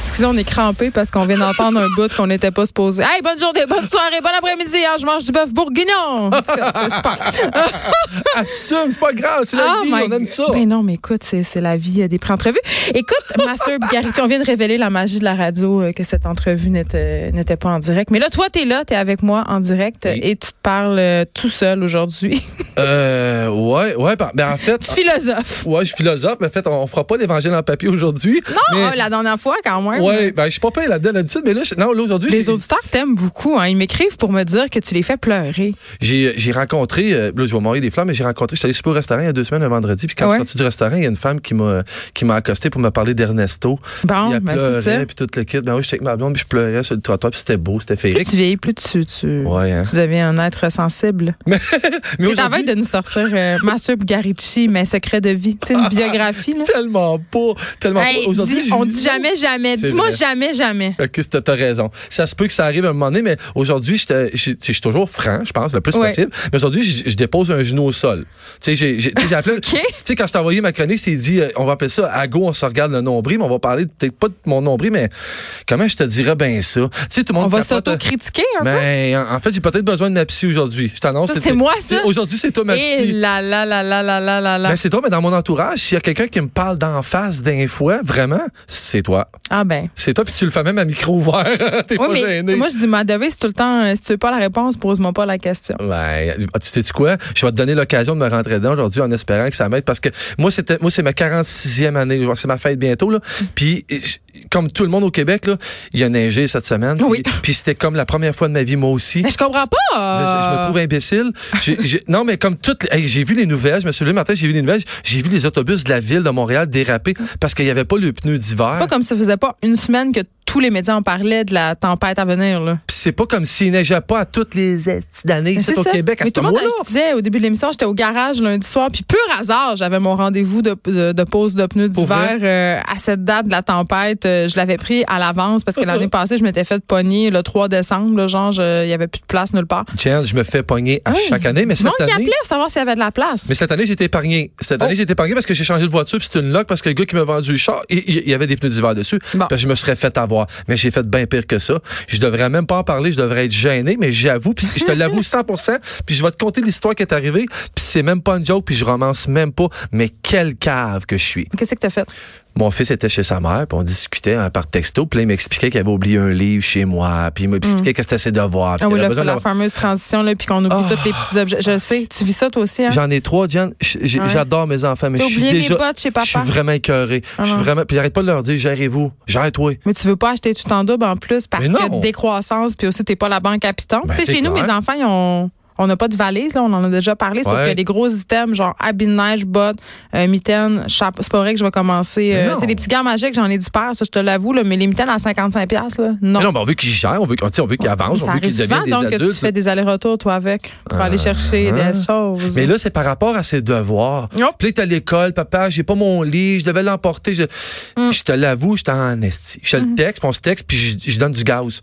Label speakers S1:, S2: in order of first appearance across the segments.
S1: Excusez, on est crampé parce qu'on vient d'entendre un bout qu'on n'était pas supposé. Hey, bonne journée, bonne soirée, bon après-midi. hein, je mange du bœuf bourguignon. En tout cas, c'était super.
S2: Assume, c'est pas grave, c'est la
S1: Oh
S2: vie,
S1: my
S2: on aime
S1: God.
S2: ça.
S1: Ben non, mais écoute, c'est c'est la vie euh, des pré-entrevues. Écoute, Master Bigarity, on vient de révéler la magie de la radio euh, que cette entrevue n'était euh, n'était pas en direct. Mais là, toi, t'es là, t'es avec moi en direct euh,
S2: Oui.
S1: et tu te parles euh, tout seul aujourd'hui.
S2: Euh, ouais, ouais, ben ben, en fait,
S1: tu philosophes.
S2: ouais, je suis philosophe, mais en fait, on, on fera pas l'évangile en papier aujourd'hui.
S1: Non,
S2: mais,
S1: euh, la dernière fois quand même.
S2: Ouais, ben je suis pas payé là-dedans d'habitude, mais là, je- non, là aujourd'hui,
S1: Les
S2: j'ai-
S1: auditeurs t'aiment beaucoup. Hein. Ils m'écrivent pour me dire que tu les fais pleurer.
S2: j'ai j'ai rencontré, euh, là je vais mourir des flammes, mais j'ai rencontré, j'étais allé super au restaurant il y a deux semaines, un vendredi, puis quand
S1: Ouais.
S2: je suis sorti du restaurant, il y a une femme qui m'a qui m'a accosté pour me parler d'Ernesto.
S1: Bon,
S2: Puis elle
S1: ben c'est ça.
S2: pleurait, puis tout le kit. Ben oui, j'étais avec ma blonde, puis je pleurais sur le trottoir, puis c'était beau, c'était
S1: Plus
S2: féerique.
S1: tu vieillis, plus tu, tu,
S2: Ouais, hein.
S1: tu deviens un être sensible.
S2: Mais
S1: T'es en
S2: aujourd'hui,
S1: veille de nous sortir euh, Master Bugarici, mais secret de vie. Tu sais, une biographie, là.
S2: tellement pas, tellement
S1: Hey,
S2: pas. Aujourd'hui,
S1: dis-
S2: j'ai-
S1: on dit jamais, jamais.
S2: C'est
S1: Dis-moi
S2: vrai.
S1: jamais, jamais.
S2: Ok, c'est- t'as raison. Ça se peut que ça arrive à un moment donné, mais aujourd'hui, j'étais- j'ai- je suis toujours franc, je pense, le plus
S1: Ouais.
S2: possible. Mais aujourd'hui, je je dépose un genou au sol. Tu sais, j'ai- j'ai tu sais, j'ai appelé. Tu sais, quand je t'ai envoyé ma chronique, c'est dit, euh, on va appeler ça à go, on se regarde le nombril, mais on va parler peut-être pas de mon nombril, mais comment je te dirais bien ça? Tu sais, tout le monde
S1: On va
S2: capote, euh,
S1: s'autocritiquer hein. un peu.
S2: Mais en en fait, j'ai peut-être besoin de ma psy aujourd'hui. Je t'annonce.
S1: Ça, c'est moi, ça?
S2: Aujourd'hui, c'est toi ma
S1: Et
S2: psy.
S1: Eh là, là, là, là, là, là, là, là.
S2: Ben, c'est toi, mais dans mon entourage, s'il y a quelqu'un qui me parle d'en face d'un fois, vraiment, c'est toi.
S1: ah ben.
S2: C'est toi, puis tu le fais même à micro ouvert. T'es
S1: Oui,
S2: pas gêné.
S1: mais moi, je dis, ma devise, c'est tout le temps, euh, si tu veux pas la réponse, pose-moi pas la question.
S2: Ouais, Ben, ah, tu sais -tu quoi? Je vais te donner l'occasion de me rentrer dedans aujourd'hui en espérant que ça m'aide parce que moi, c'était, moi, c'est ma 46e année. Genre, C'est ma fête bientôt, là. Puis, je- comme tout le monde au Québec, là, il a neigé cette semaine. Puis-
S1: Oui.
S2: Puis, c'était comme la première fois de ma vie, moi aussi.
S1: Mais je comprends pas.
S2: Je, je me trouve imbécile. J'ai- j'ai- non, mais comme toutes, les- hey, j'ai vu les nouvelles. Je me suis levé le matin, j'ai vu les nouvelles. J'ai vu les autobus de la ville de Montréal déraper parce qu'il n'y avait pas le pneu d'hiver.
S1: pas comme ça faisait pas une semaine que tous les médias en parlaient de la tempête à venir, là.
S2: Puis c'est pas comme s'il neigeait pas à toutes les esti d'années.
S1: Mais
S2: C'est au
S1: ça.
S2: Québec à
S1: Mais
S2: ce
S1: tout le monde,
S2: moment-là.
S1: je disais au début de l'émission, j'étais au garage lundi soir, puis pur hasard, j'avais mon rendez-vous de, de, de pause de pneus
S2: Pour
S1: d'hiver euh, à cette date de la tempête. Euh, je l'avais pris à l'avance parce que l'année passée, je m'étais fait pogner le 3 décembre, là, genre, je- il n'y avait plus de place nulle part.
S2: Tiens, je me fais pogner à
S1: Oui.
S2: chaque année, mais
S1: Tout le
S2: cette
S1: monde qui
S2: année.
S1: appelait pour savoir s'il y avait de la place.
S2: Mais cette année, j'ai été épargné. Cette
S1: Oh.
S2: année, j'ai été épargné parce que j'ai changé de voiture, puis c'était une loc parce que le gars qui m'a vendu le char, il- il il y avait des pneus d'hiver dessus.
S1: Bon.
S2: Puis je me serais fait avoir. Mais j'ai fait bien pire que ça. Je devrais même pas en parler, je devrais être gêné, mais j'avoue, puis je te l'avoue 100%, puis je vais te conter l'histoire qui est arrivée, puis c'est même pas une joke, puis je romance même pas, mais quelle cave que je suis.
S1: Qu'est-ce que t'as fait?
S2: Mon fils était chez sa mère, puis on discutait hein, par texto, puis là, il m'expliquait qu'il avait oublié un livre chez moi, puis il m'expliquait que c'était ses devoirs. puis
S1: Mm. Ah oui,
S2: qu'il avait
S1: là,
S2: besoin
S1: la
S2: d'avoir- Ah.
S1: fameuse transition, là, puis qu'on oublie tous les petits objets. Je sais, tu vis ça toi aussi, hein?
S2: J'en ai trois, Jen. J- j'ai-
S1: Ouais.
S2: J'adore mes enfants, mais
S1: T'as
S2: je suis
S1: oublié mes
S2: déjà.
S1: bottes chez papa. Ah
S2: Je suis vraiment écœuré. Je suis
S1: non.
S2: vraiment. Puis j'arrête pas de leur dire, gérez-vous, gère-toi.
S1: Mais tu veux pas acheter tout en double en plus parce
S2: Mais non.
S1: que décroissance, puis aussi t'es pas la banque à Python.
S2: Ben,
S1: tu sais,
S2: c'est
S1: chez nous,
S2: clair.
S1: mes enfants, ils ont. On n'a pas de valise, là, on en a déjà parlé, sauf
S2: Ouais.
S1: que les gros items, genre habits de neige, bottes, euh, mitaines, chapeau, c'est pas vrai que je vais commencer.
S2: Mais
S1: euh,
S2: non.
S1: tu sais, les petits gants magiques, j'en ai du père, ça, je te l'avoue, là, mais les mitaines à 55$, piastres, là, non.
S2: Mais non, mais on veut qu'ils gèrent, on veut, tu sais, on veut qu'ils avancent, on
S1: Ah, ça
S2: veut
S1: arrive
S2: qu'ils
S1: souvent,
S2: deviennent des
S1: donc, que tu
S2: adultes. Ah, hein.
S1: fais des allers-retours, toi, avec, pour aller chercher des choses.
S2: Mais là, c'est par rapport à ses devoirs.
S1: Yep.
S2: Puis là, t'es à l'école, papa, j'ai pas mon lit, je devais l'emporter. Je,
S1: Mm.
S2: je te l'avoue, j'étais en esti. Je te le texte, puis on se texte, puis je, je donne du gaz.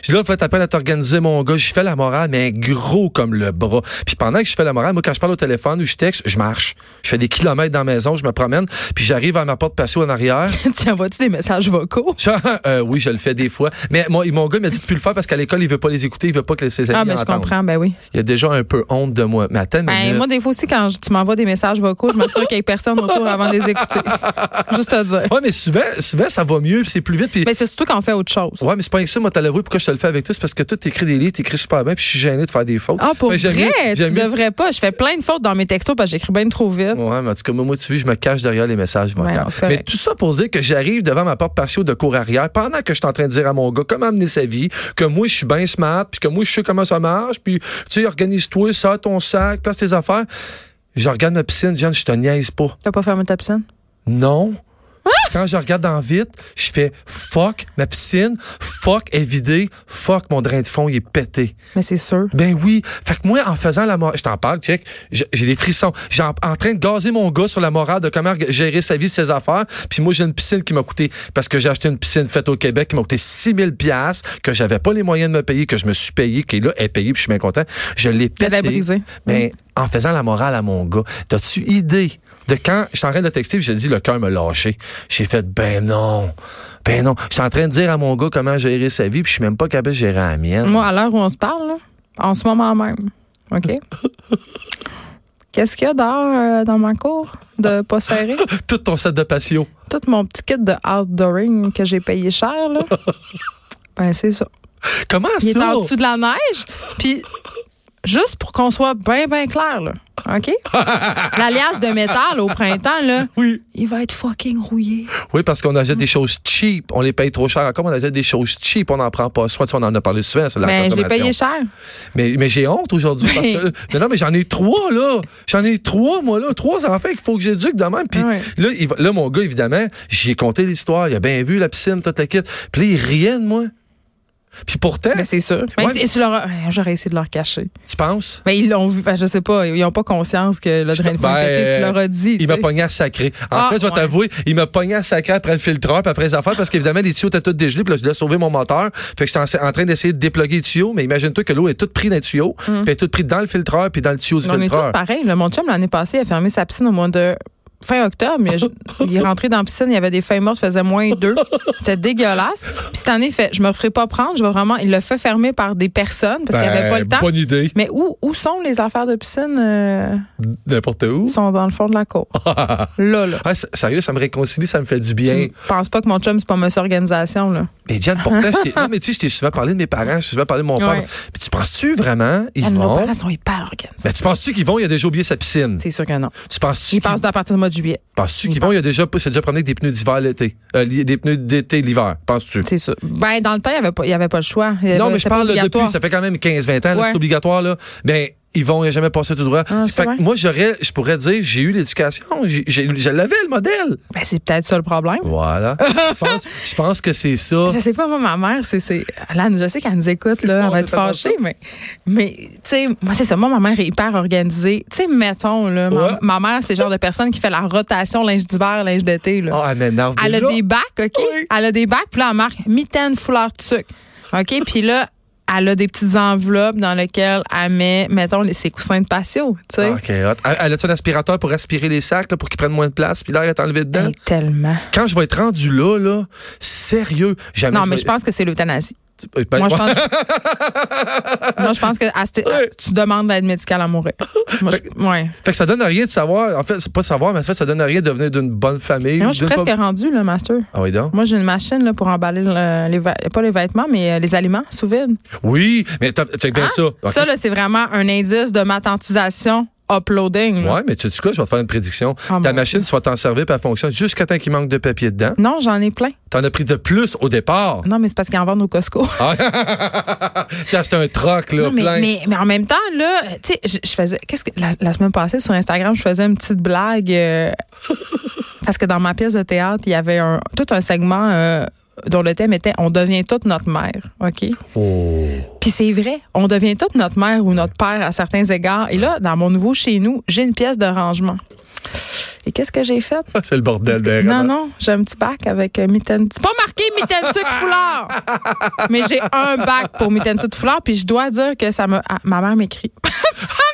S2: Je dis là, faut t'appeler à t'organiser, mon gars. Je fais la morale, mais gros comme le bras. Puis pendant que je fais la morale, moi, quand je parle au téléphone ou je texte, je marche. Je fais des kilomètres dans la maison, je me promène, puis j'arrive à ma porte patio en arrière.
S1: tu envoies-tu des messages vocaux?
S2: Ça, euh, oui, je le fais des fois. Mais mon, mon gars m'a dit de plus le faire parce qu'à l'école, il veut pas les écouter, il veut pas que ses amis
S1: Ah, ben, je
S2: entendent.
S1: comprends, ben oui.
S2: Il a déjà un peu honte de moi. Mais attends, une
S1: Ben,
S2: minute.
S1: moi, des fois aussi, quand je- tu m'envoies des messages vocaux, je m'assure qu'il y ait personne autour avant de les écouter. Juste te dire.
S2: Ouais, mais souvent, souvent ça va mieux, puis c'est plus vite. Puis...
S1: Mais c'est surtout quand on fait autre chose.
S2: Ouais, mais c'est pas rien que ça, moi, t'as l'avoué pourquoi je te le fais avec toi. C'est parce que toi, t'écris des livres, t'écris super bien, puis je suis gêné de faire des fautes.
S1: Ah, pour
S2: Fait que Ben, j'aime
S1: vrai,
S2: mieux-
S1: tu
S2: j'aime mieux-
S1: devrais pas. Je fais plein de fautes dans mes textos parce que j'écris bien trop vite.
S2: Ouais, mais en tout cas, moi, moi, tu vois, je me cache derrière les messages vocaux.
S1: Ouais, non, c'est correct.
S2: mais tout ça pour dire que j'arrive devant ma porte patio de cour arrière pendant que je suis en train de dire à mon gars comment amener sa vie, que moi, je suis bien smart, puis que moi, je sais comment ça marche, puis tu sais, organise-toi, ça, ton sac, place tes affaires. Je regarde ma piscine, Jeanne, je te niaise pas.
S1: T'as pas fermé ta piscine?
S2: Non. Quand je regarde dans vite, je fais fuck ma piscine, fuck elle est vidée, fuck mon drain de fond il est pété.
S1: Mais c'est sûr.
S2: Ben oui, fait que moi en faisant la morale, je t'en parle, check, j'ai j'ai des frissons. J'ai en, en train de gazer mon gars sur la morale de comment gérer sa vie, ses affaires, puis moi j'ai une piscine qui m'a coûté parce que j'ai acheté une piscine faite au Québec qui m'a coûté 6000 pièces que j'avais pas les moyens de me payer, que je me suis payé, qui est là, elle est payée, puis je suis bien content. Je l'ai
S1: Tu l'as
S2: pété.
S1: brisée.
S2: Ben, en faisant la morale à mon gars, t'as-tu idée de quand je suis en train de texter, puis j'ai dit le cœur me lâché. J'ai fait ben non. Ben non, je suis en train de dire à mon gars comment gérer sa vie, puis je suis même pas capable de gérer la mienne.
S1: Moi, à l'heure où on se parle, là, en ce moment même, OK? Qu'est-ce qu'il y a dehors euh, dans ma cour de pas serré?
S2: Tout ton set de patio.
S1: Tout mon petit kit de outdooring que j'ai payé cher, là. Ben, c'est ça.
S2: Comment
S1: Il est
S2: ça?
S1: en dessous de la neige. Puis, juste pour qu'on soit bien, bien clair, là. OK? L'alliage de métal au printemps, là,
S2: Oui.
S1: il va être fucking rouillé.
S2: Oui, parce qu'on
S1: Hmm.
S2: achète des choses cheap. On les paye trop cher encore, mais on achète des choses cheap. On n'en prend pas soin. Tu sais, on en a parlé souvent sur la
S1: Mais Ben, je l'ai
S2: consommation.
S1: payé Ben. cher.
S2: Mais, mais j'ai honte aujourd'hui parce que. Non, non, mais j'en ai trois, là. J'en ai trois, moi, là. Trois enfants qu'il faut que j'éduque de même. Puis
S1: Ah ouais.
S2: là, il va- là, mon gars, évidemment, j'ai conté l'histoire. Il a bien vu la piscine, toute la kit. Puis là, il riait de moi. Puis pourtant,
S1: Ben, c'est sûr. Ben,
S2: Ouais.
S1: et tu leur as- Ouais, J'aurais essayé de leur cacher.
S2: tu penses?
S1: Mais ils l'ont vu. Ben, je sais pas. Ils ont pas conscience que le drain de fond
S2: Ben,
S1: est pété. Tu leur as dit.
S2: Il
S1: tu
S2: m'a
S1: sais.
S2: pogné à sacré. En
S1: Ah,
S2: fait, je vais
S1: ouais.
S2: t'avouer, il m'a pogné à sacré après le filtreur, puis après les affaires, parce qu'évidemment, les tuyaux étaient tous dégelés, puis là, je devais sauver mon moteur. Fait que j'étais en, en train d'essayer de déploguer les tuyaux, mais imagine-toi que l'eau est toute prise dans les tuyaux, puis elle est toute prise dans le filtreur, puis dans le tuyau du
S1: Mm. Mais on est tous
S2: filtreur.
S1: pareils. là. Mon chum, l'année passée, il a fermé sa piscine au mois de fin octobre. mais je- il est rentré dans la piscine, il y avait des feuilles mortes, il faisait moins deux. C'était dégueulasse. Puis cette année, il fait, je me ferai pas prendre. Je vais vraiment. Il l'a fait fermer par des personnes parce qu'il
S2: Ben,
S1: avait pas le temps.
S2: Bonne idée.
S1: Mais où, où sont les affaires de piscine? euh,
S2: N'importe où.
S1: Ils sont dans le fond de la cour. là, là.
S2: Ah, s- sérieux, ça me réconcilie, ça me fait du bien.
S1: Je pense pas que mon chum, c'est pas monsieur organisation, là.
S2: Mais Diane, pourtant, je t'ai- non, mais tu sais, je t'ai souvent parlé de mes parents, je t'ai souvent parlé de mon
S1: Ouais.
S2: père. Mais tu penses-tu vraiment, ils
S1: Ah, Nos
S2: vont?
S1: parents sont hyper organisés.
S2: Ben, tu penses-tu qu'ils vont, il a déjà oublié sa piscine?
S1: C'est sûr que non.
S2: Tu penses-tu
S1: Ils
S2: qu'ils
S1: passent à partir du mois de juillet.
S2: penses-tu qu'ils vont, il a déjà, c'est déjà promené avec des pneus d'hiver l'été? Euh, li- des pneus d'été l'hiver, penses-tu?
S1: C'est euh, sûr. Ben, dans le temps, il n'y avait, pas- il y avait pas le choix. Il y avait-
S2: Non, mais je
S1: c'était pas
S2: parle là, depuis,
S1: obligatoire.
S2: ça fait quand même 15-20 ans, là,
S1: Ouais.
S2: c'est obligatoire, là. Ben, ils vont jamais passer tout droit.
S1: Ah, c'est
S2: fait que
S1: vrai.
S2: moi, j'aurais, je pourrais dire, j'ai eu l'éducation, j'ai- j'ai- je l'avais, le modèle.
S1: Ben, c'est peut-être ça le problème.
S2: Voilà. je, pense, je pense que c'est ça.
S1: Je sais pas, moi, ma mère, c'est. c'est- Alan, je sais qu'elle nous écoute,
S2: C'est
S1: là,
S2: bon,
S1: elle va être
S2: c'est tellement
S1: fâchée, mais. Mais, tu sais, moi, c'est ça. Moi, ma mère est hyper organisée. Tu sais, mettons, là, ma-
S2: Ouais.
S1: ma, mère, c'est le genre de personne qui fait la rotation linge d'hiver, linge d'été, là.
S2: Ah, elle m'énerve
S1: Elle a
S2: déjà.
S1: des bacs, OK?
S2: Oui.
S1: Elle a des bacs, puis là, elle marque mitaine, foulard, tuc. OK? Puis là, elle a des petites enveloppes dans lesquelles elle met, mettons, les- ses coussins de patio, tu sais.
S2: Ah, OK, hot. Elle- Elle a-tu un aspirateur pour aspirer les sacs, là, pour qu'ils prennent moins de place, puis l'air est enlevé dedans?
S1: Hey, tellement.
S2: Quand je vais être rendu là, là, sérieux, jamais.
S1: Non, mais
S2: vais-
S1: je pense que c'est l'euthanasie.
S2: Euh, ben,
S1: Moi, je
S2: ouais.
S1: pense, moi, je pense que à cette- à- tu demandes l'aide médicale à mourir. Moi, je, ouais.
S2: Fait que ça donne à rien de savoir. En fait, c'est pas savoir, mais en fait, ça donne à rien de venir d'une bonne famille.
S1: Mais moi, je suis
S2: d'une
S1: presque
S2: pas-
S1: rendue, là, master.
S2: Ah oui, donc?
S1: Moi, j'ai une machine là, pour emballer le- les vê- pas les vêtements, mais euh, les aliments sous vide.
S2: Oui, mais t'as- check bien ça. OK.
S1: Ah, Ça, là, c'est vraiment un indice de matantisation uploading. là.
S2: Ouais, mais tu sais quoi, je vais te faire une prédiction.
S1: Ah,
S2: Ta
S1: mon
S2: machine, tu vas t'en servir, puis elle fonctionne jusqu'à temps qu'il manque de papier dedans.
S1: Non, j'en ai plein.
S2: T'en as pris de plus au départ.
S1: Non, mais c'est parce qu'ils en vendent au Costco.
S2: T'as acheté un troc, là,
S1: Non, mais,
S2: plein.
S1: mais, mais en même temps, là, tu sais, je, je faisais. Qu'est-ce que. La, la semaine passée, sur Instagram, je faisais une petite blague. euh, parce que dans ma pièce de théâtre, il y avait un, tout un segment euh, dont le thème était On devient toute notre mère. OK?
S2: Oh.
S1: Puis c'est vrai, on devient toute notre mère ou notre père à certains égards. Et là, dans mon nouveau chez nous, j'ai une pièce de rangement. Et qu'est-ce que j'ai fait?
S2: C'est le bordel ben,
S1: Parce que-
S2: d'air.
S1: non, non, j'ai un petit bac avec euh, mitaine. C'est pas marqué mitaine sucre foulard! Mais j'ai un bac pour mitaine sucre foulard, puis je dois dire que ça me. ah, ma mère m'écrit.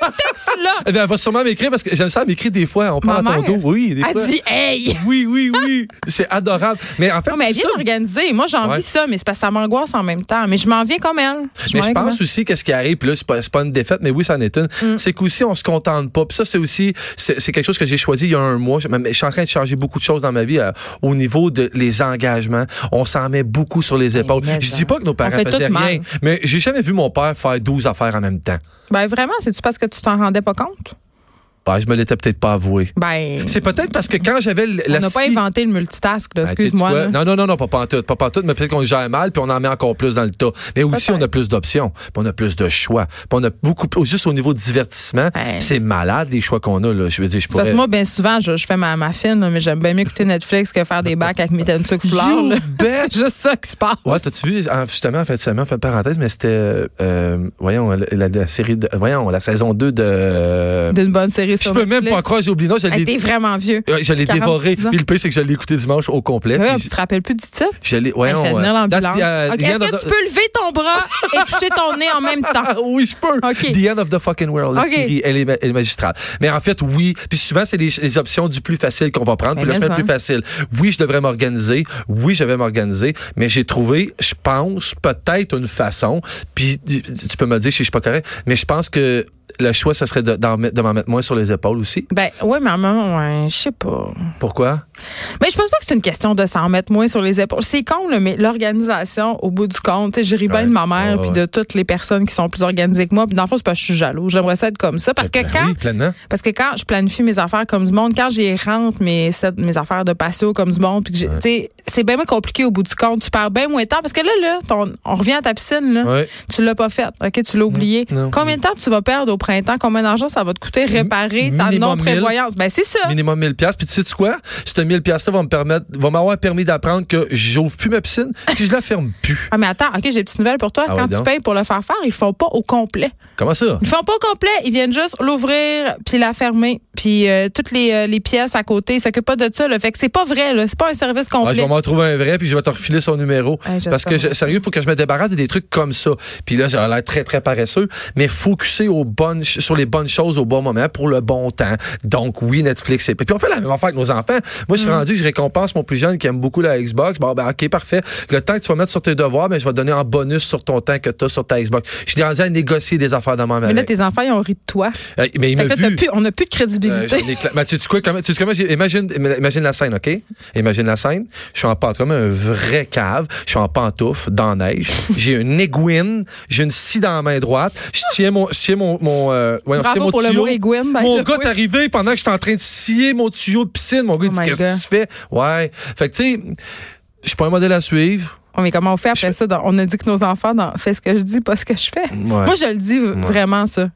S1: Elle me texte là!
S2: Eh bien, elle va sûrement m'écrire parce que j'aime ça, elle m'écrit des fois. On parle
S1: Ma
S2: à ton
S1: mère,
S2: dos. Oui, des
S1: Elle
S2: fois.
S1: dit Hey!
S2: Oui, oui, oui. C'est adorable. Mais en fait,
S1: Non, mais elle
S2: tout
S1: vient
S2: ça-
S1: d'organiser. Moi, j'ai envie
S2: Ouais.
S1: ça, mais c'est parce que ça m'angoisse en même temps. Mais je m'en viens comme elle.
S2: mais
S1: m'en
S2: je
S1: viens comme
S2: pense aussi qu'est-ce qui arrive, puis là, c'est pas, c'est pas une défaite, mais oui, c'en est une.
S1: Mm.
S2: C'est qu'aussi, on se contente pas. Puis ça, c'est aussi, c'est c'est quelque chose que j'ai choisi il y a un mois. Je, mais je suis en train de changer beaucoup de choses dans ma vie euh, au niveau de les engagements. On s'en met beaucoup sur les épaules.
S1: mais
S2: Je
S1: ça.
S2: dis pas que nos parents
S1: fait tout
S2: faisaient rien,
S1: mal.
S2: mais j'ai jamais vu mon père faire 12 affaires en même temps.
S1: elle. Ben vraiment, c'est-tu parce que tu t'en rendais pas compte?
S2: Ben, je me l'étais peut-être pas avoué.
S1: Ben.
S2: C'est peut-être parce que quand j'avais l- la
S1: On n'a pas
S2: scie-
S1: inventé le multitask, là.
S2: Ah, tu sais, tu
S1: Excuse-moi.
S2: vois,
S1: là.
S2: Non, non, non, non, pas pantoute, pas pantoute, mais peut-être qu'on le gère mal, puis on en met encore plus dans le tas. Mais aussi, on
S1: Peut-être.
S2: a plus d'options, puis on a plus de choix, puis on a beaucoup, juste au niveau divertissement,
S1: Ouais.
S2: c'est malade les choix qu'on a, là. Je veux dire, je
S1: Parce
S2: pourrais...
S1: que moi, bien souvent, je, je fais ma, ma fine, là, mais j'aime bien mieux écouter Netflix que faire des bacs avec mes thèmes sucre fleurs.
S2: You
S1: là.
S2: bet!
S1: juste ça qui se passe.
S2: Ouais, t'as-tu vu, en- justement, en fait, seulement, en fait, parenthèse, mais c'était, euh, euh, voyons, la, la- la série de, voyons, la saison 2 de,
S1: D'une bonne série sur
S2: Je peux
S1: Netflix.
S2: même pas croire, j'ai oublié. Non, je
S1: Hey, Ah,
S2: l'ai
S1: T'es vraiment vieux.
S2: euh, je l'ai
S1: 46
S2: dévoré.
S1: ans.
S2: Puis le pire, c'est que je l'ai écouté dimanche au complet.
S1: Ouais,
S2: Puis
S1: tu te rappelles plus du titre?
S2: je- je l'ai. Ouais,
S1: Elle
S2: on,
S1: fait
S2: euh,
S1: venir l'ambulance.
S2: that's the, uh,
S1: Ok,
S2: the
S1: Est-ce
S2: end of
S1: que
S2: the-
S1: tu peux lever ton bras et toucher ton nez en même temps?
S2: Ah oui, je peux.
S1: Ok.
S2: The End of the Fucking World, la
S1: Ok.
S2: série, elle est, ma- elle est magistrale. Mais en fait, oui. Puis souvent, c'est les, les options du plus facile qu'on va prendre.
S1: Ben,
S2: Puis la
S1: mais
S2: semaine
S1: ça.
S2: plus facile. Oui, je devrais m'organiser. Oui, je vais m'organiser. Mais j'ai trouvé, je pense, peut-être une façon. Puis tu tu peux me dire si je suis pas correct. Mais je pense que le choix, ça serait de, d'en mettre- de m'en mettre moins sur les épaules aussi.
S1: Ben, ouais, maman, ouais, je sais pas.
S2: Pourquoi?
S1: Mais je pense pas que c'est une question de s'en mettre moins sur les épaules. C'est con, là, mais l'organisation, au bout du compte, tu sais, je ris bien
S2: Ouais,
S1: de ma mère
S2: ouais,
S1: puis de
S2: ouais.
S1: toutes les personnes qui sont plus organisées que moi. Puis dans le fond, c'est parce que je suis jaloux. J'aimerais ça être comme ça. Parce que
S2: Ben
S1: quand
S2: oui, pleinement.
S1: Parce que quand je planifie mes affaires comme du monde, quand j'y rentre mes, set- mes affaires de patio comme du monde, puis que j'ai- tu sais, c'est bien moins compliqué au bout du compte. Tu perds bien moins de temps parce que là, là, ton- on revient à ta piscine, là.
S2: Ouais.
S1: Tu l'as pas faite, OK? Tu l'as oublié.
S2: non.
S1: Combien de temps tu vas perdre au printemps? Combien d'argent ça va te coûter réparer ta
S2: minimum
S1: non-prévoyance? Ben, c'est ça.
S2: minimum 1000 pièces puis tu sais -tu quoi ce 1000 pièces là va me permettre va m'avoir permis d'apprendre que j'ouvre plus ma piscine puis je la ferme plus
S1: Ah, mais attends, OK, j'ai une petite nouvelle pour toi.
S2: Ah
S1: quand
S2: oui,
S1: tu
S2: donc.
S1: payes pour le faire faire, ils le font pas au complet.
S2: comment ça
S1: Ils le font pas au complet. Ils viennent juste l'ouvrir puis la fermer. Puis euh, toutes les, euh, les pièces à côté, ils s'occupent pas de ça. Là. Fait que c'est pas vrai. là. C'est pas un service
S2: Ah, je
S1: complet.
S2: vais m'en trouver un vrai, puis je vais te refiler son numéro.
S1: Ouais, j'espère.
S2: Parce que, je- sérieux, il faut que je me débarrasse de des trucs comme ça. Puis là, ça a l'air très, très paresseux, mais focuser aux bonnes, ch- sur les bonnes choses au bon moment, pour le bon temps. Donc, oui, Netflix. Et... Puis on fait la même affaire avec nos enfants.
S1: Mm.
S2: Moi, je suis rendu que je récompense mon plus jeune qui aime beaucoup la Xbox. Bon, ben, OK, parfait. Le temps que tu vas mettre sur tes devoirs, ben, je vais te donner en bonus sur ton temps que tu as sur ta Xbox. Je suis rendu à négocier des affaires dans ma
S1: Mais là, tes enfants, ils ont ri de toi.
S2: Euh, Mais
S1: Fait
S2: il m'a
S1: que là, t'as
S2: vu.
S1: plus- on n'a plus de
S2: Euh,
S1: crédibilité.
S2: j'en ai cla- Mais tu sais quoi, comment, tu sais comment j'ai- imagine, imagine la scène, OK? Imagine la scène. Je suis en pantoufle, comme un vrai cave. Je suis en pantoufle, dans la neige. J'ai une aiguine. J'ai une scie dans la main droite. Je tiens mon, je tiens mon, mon, euh, voyons, je tiens
S1: Bravo
S2: mon
S1: pour le
S2: tuyau.
S1: mot ben, Egwin. by
S2: Mon
S1: the
S2: gars
S1: way.
S2: est arrivé pendant que j'étais en train de scier mon tuyau de piscine. Mon gars, il
S1: Oh
S2: dit,
S1: my
S2: qu'est-ce
S1: God.
S2: que tu fais? Ouais. Fait que, tu sais, je suis pas un modèle à suivre.
S1: Oh, mais comment on fait après ça? dans- on a dit que nos enfants dans, fais ce que je dis, pas ce que je fais.
S2: Ouais.
S1: Moi, je le dis v- vraiment, ça. F-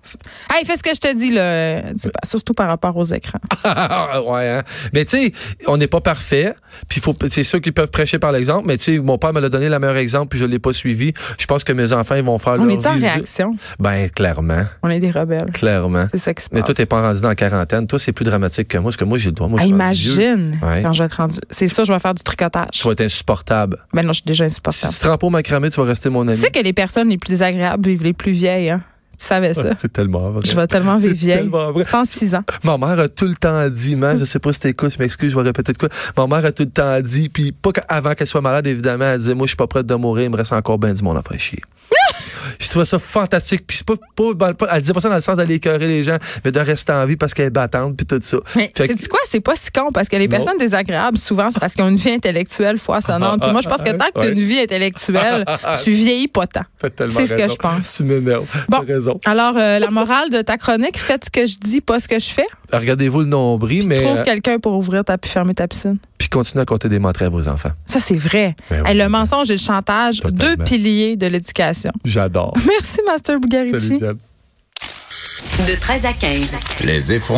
S1: Hey, fais ce que je te dis, là. Dis pas- surtout par rapport aux écrans.
S2: Ah, ouais, hein. Mais tu sais, on n'est pas parfait. Puis faut, c'est ceux qui peuvent prêcher par l'exemple. Mais tu sais, mon père me l'a donné le meilleur exemple, puis je l'ai pas suivi. Je pense que mes enfants, ils vont faire
S1: on
S2: leur
S1: est en
S2: vie.
S1: réaction?
S2: Ben, clairement.
S1: On est des rebelles.
S2: Clairement.
S1: Ah, C'est ça qui se passe.
S2: Mais toi, t'es pas rendu dans la quarantaine. Toi, c'est plus dramatique que moi, parce que moi, j'ai le droit. Moi, je
S1: Hey,
S2: suis rendu vieux.
S1: imagine
S2: Ouais.
S1: quand je vais être rendu. C'est ça, je vais faire du tricotage.
S2: Je vais être insupportable.
S1: Mais non, je suis déjà
S2: Si
S1: insupportable.
S2: tu te rends pas au macramé, tu vas rester mon
S1: Tu
S2: ami.
S1: sais que les personnes les plus désagréables vivent les plus vieilles, hein? Tu savais ça?
S2: C'est tellement vrai.
S1: Je vais tellement vivre
S2: C'est
S1: vieille.
S2: tellement vrai.
S1: 106 ans.
S2: Ma mère a tout le temps dit, man, je sais pas si t'écoutes, je m'excuse, je vais répéter de quoi. Ma mère a tout le temps dit, puis pas qu'avant avant qu'elle soit malade, évidemment, elle disait, moi, je suis pas prête de mourir, il me reste encore ben du monde à faire chier. Je trouvais ça fantastique. Puis c'est pas, pas, dans le- pas- elle disait pas ça dans le sens d'aller écœurer les gens, mais de rester en vie parce qu'elle est battante, puis tout ça.
S1: Mais
S2: Fait que-
S1: c'est quoi C'est pas si con parce que les
S2: Non. Ah,
S1: personnes désagréables souvent c'est parce qu'ils ont une vie intellectuelle foisonnante. Puis moi je pense que tant que t'as
S2: Ouais. Ah,
S1: une vie intellectuelle, tu vieillis pas tant.
S2: T'as tellement
S1: C'est ce que
S2: raison.
S1: je pense.
S2: Tu m'énerves.
S1: Bon.
S2: T'as raison.
S1: Alors euh, la morale de ta chronique, faites ce que je dis, pas ce que je fais.
S2: Regardez-vous le nombril, mais.
S1: Trouve
S2: euh,
S1: quelqu'un pour ouvrir ta puis fermer ta piscine.
S2: puis continuez à compter des mentraits à vos enfants.
S1: Ça c'est vrai.
S2: Ben oui.
S1: Hey, le mensonge et le chantage,
S2: Totalement.
S1: deux piliers de l'éducation.
S2: J'adore.
S1: Merci Master Bugarici.
S2: Salut, Jen.
S3: De 13 à 15.
S4: Les effrontés.